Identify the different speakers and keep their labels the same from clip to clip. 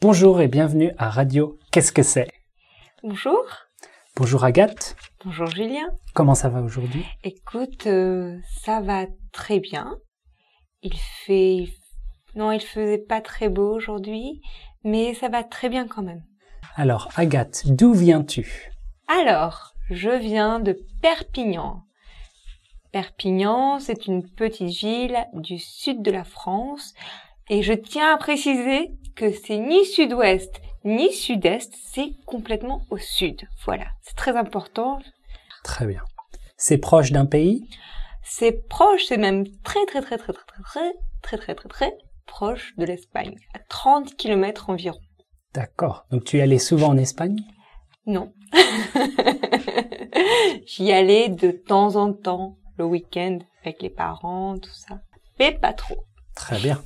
Speaker 1: Bonjour et bienvenue à Radio Qu'est-ce que c'est
Speaker 2: Bonjour.
Speaker 1: Bonjour Agathe,
Speaker 2: Bonjour Julien.
Speaker 1: comment ça va aujourd'hui
Speaker 2: Écoute, euh, ça va très bien. Il fait... il f- Non, il faisait pas très beau aujourd'hui, mais ça va très bien quand même.
Speaker 1: Alors Agathe, d'où viens-tu
Speaker 2: Alors, je viens de Perpignan. Perpignan, c'est une petite ville du sud de la France. Et je tiens à préciser que c'est ni sud-ouest, ni sud-est, c'est complètement au sud. Voilà, c'est très important.
Speaker 1: Très bien. C'est proche d'un pays
Speaker 2: C'est proche, c'est même très très très très très très très très très très très proche de l'Espagne, à 30 km environ.
Speaker 1: D'accord. Donc tu es allé souvent en Espagne
Speaker 2: Non. J'y allais de temps en temps, le week-end, avec les parents, tout ça. Mais pas trop.
Speaker 1: Très bien.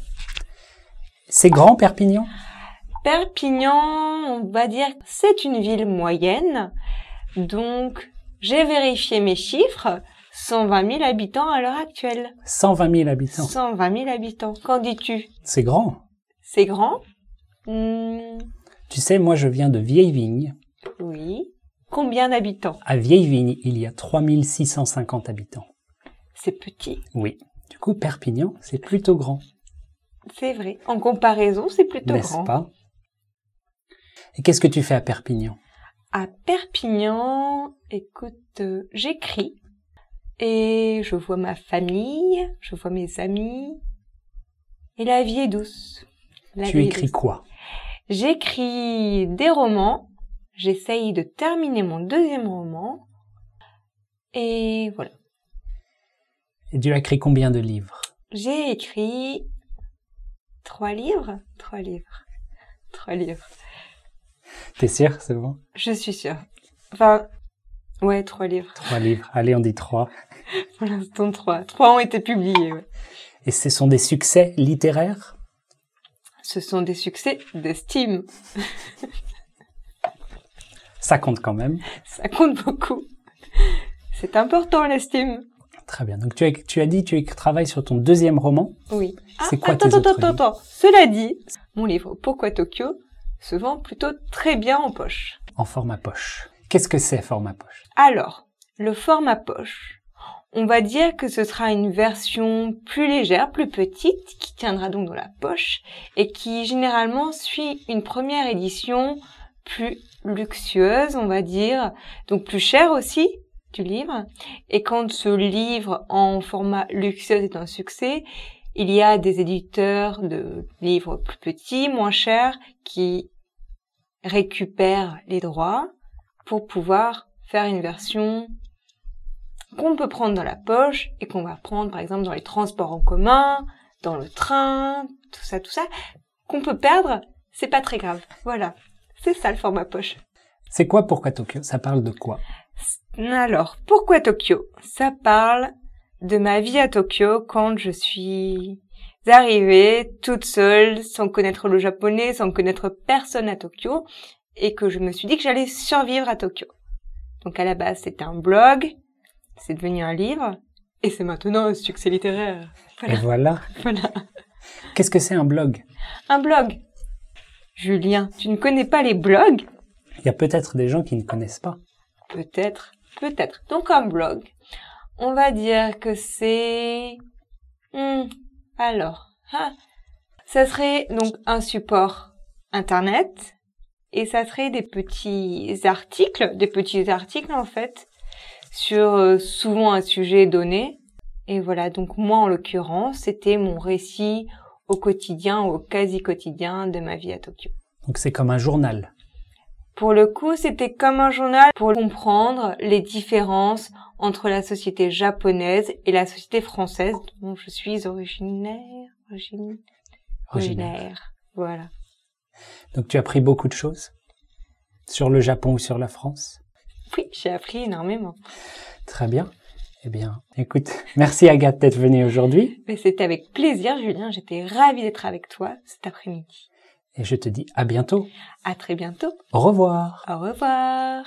Speaker 1: C'est grand Perpignan
Speaker 2: Perpignan, on va dire, que c'est une ville moyenne. Donc, j'ai vérifié mes chiffres. 120 000 habitants à l'heure actuelle.
Speaker 1: 120 000 habitants.
Speaker 2: 120 000 habitants. Qu'en dis-tu
Speaker 1: C'est grand.
Speaker 2: C'est grand Hmm,
Speaker 1: Tu sais, moi je viens de Vieille-Vigne.
Speaker 2: Oui. Combien d'habitants
Speaker 1: À Vieille-Vigne, il y a 3650 habitants.
Speaker 2: C'est petit,
Speaker 1: Oui. Du coup, Perpignan, c'est plutôt grand,
Speaker 2: c'est vrai. En comparaison, c'est plutôt
Speaker 1: n'est-ce
Speaker 2: grand.
Speaker 1: pas Et qu'est-ce que tu fais à Perpignan
Speaker 2: À Perpignan, écoute, euh, j'écris et je vois ma famille, je vois mes amis. Et la vie est douce. La
Speaker 1: Tu
Speaker 2: vie est
Speaker 1: écris
Speaker 2: douce.
Speaker 1: quoi
Speaker 2: J'écris des romans. J'essaye de terminer mon deuxième roman. Et voilà.
Speaker 1: Et tu as écrit combien de livres
Speaker 2: J'ai écrit trois livres. Trois livres. Trois livres.
Speaker 1: T'es sûr, c'est bon
Speaker 2: Je suis sûre. Enfin, ouais, trois livres.
Speaker 1: Trois livres. Allez, on dit trois.
Speaker 2: Pour l'instant, trois. Trois ont été publiés. ouais.
Speaker 1: Et ce sont des succès littéraires
Speaker 2: Ce sont des succès d'estime.
Speaker 1: Ça compte quand même.
Speaker 2: Ça compte beaucoup. C'est important, l'estime.
Speaker 1: Très bien. Donc tu as, tu as dit tu éc- travailles sur ton deuxième roman.
Speaker 2: Oui. Ah,
Speaker 1: C'est quoi tes
Speaker 2: attends,
Speaker 1: autres
Speaker 2: attends, attends,
Speaker 1: livres
Speaker 2: attends. Cela dit, mon livre Pourquoi Tokyo se vend plutôt très bien en poche.
Speaker 1: en format poche. Qu'est-ce que c'est format poche
Speaker 2: Alors, le format poche. On va dire que ce sera une version plus légère, plus petite, qui tiendra donc dans la poche et qui généralement suit une première édition plus luxueuse, on va dire, donc plus chère aussi du livre. Et quand ce livre en format luxueux est un succès, il y a des éditeurs de livres plus petits, moins chers, qui récupèrent les droits pour pouvoir faire une version qu'on peut prendre dans la poche et qu'on va prendre par exemple dans les transports en commun, dans le train, tout ça, tout ça, qu'on peut perdre, c'est pas très grave. Voilà. C'est ça le format poche.
Speaker 1: C'est quoi Pourquoi Tokyo Ça parle de quoi
Speaker 2: Alors, pourquoi Tokyo Ça parle de ma vie à Tokyo quand je suis arrivée toute seule, sans connaître le japonais, sans connaître personne à Tokyo, et que je me suis dit que j'allais survivre à Tokyo. Donc à la base, c'était un blog, c'est devenu un livre, et c'est maintenant un succès littéraire.
Speaker 1: Et voilà.
Speaker 2: Voilà.
Speaker 1: Qu'est-ce que c'est un blog
Speaker 2: Un blog. Julien, tu ne connais pas les blogs
Speaker 1: Il y a peut-être des gens qui ne connaissent pas.
Speaker 2: Peut-être, peut-être. Donc un blog, on va dire que c'est... Hmm, alors, ah, ça serait donc un support Internet et ça serait des petits articles, des petits articles en fait, sur euh, souvent un sujet donné. Et voilà, donc moi en l'occurrence, c'était mon récit au quotidien ou au quasi-quotidien de ma vie à Tokyo.
Speaker 1: Donc c'est comme un journal.
Speaker 2: Pour le coup, c'était comme un journal pour comprendre les différences entre la société japonaise et la société française dont je suis originaire. origine-
Speaker 1: Original.
Speaker 2: originaire. Voilà.
Speaker 1: Donc tu as appris beaucoup de choses sur le Japon ou sur la France.
Speaker 2: Oui, j'ai appris énormément.
Speaker 1: Très bien. Eh bien, écoute, merci Agathe d'être venue aujourd'hui
Speaker 2: Mais c'était avec plaisir, Julien. J'étais ravie d'être avec toi cet après-midi.
Speaker 1: et je te dis à bientôt.
Speaker 2: À très bientôt.
Speaker 1: Au revoir.
Speaker 2: Au revoir.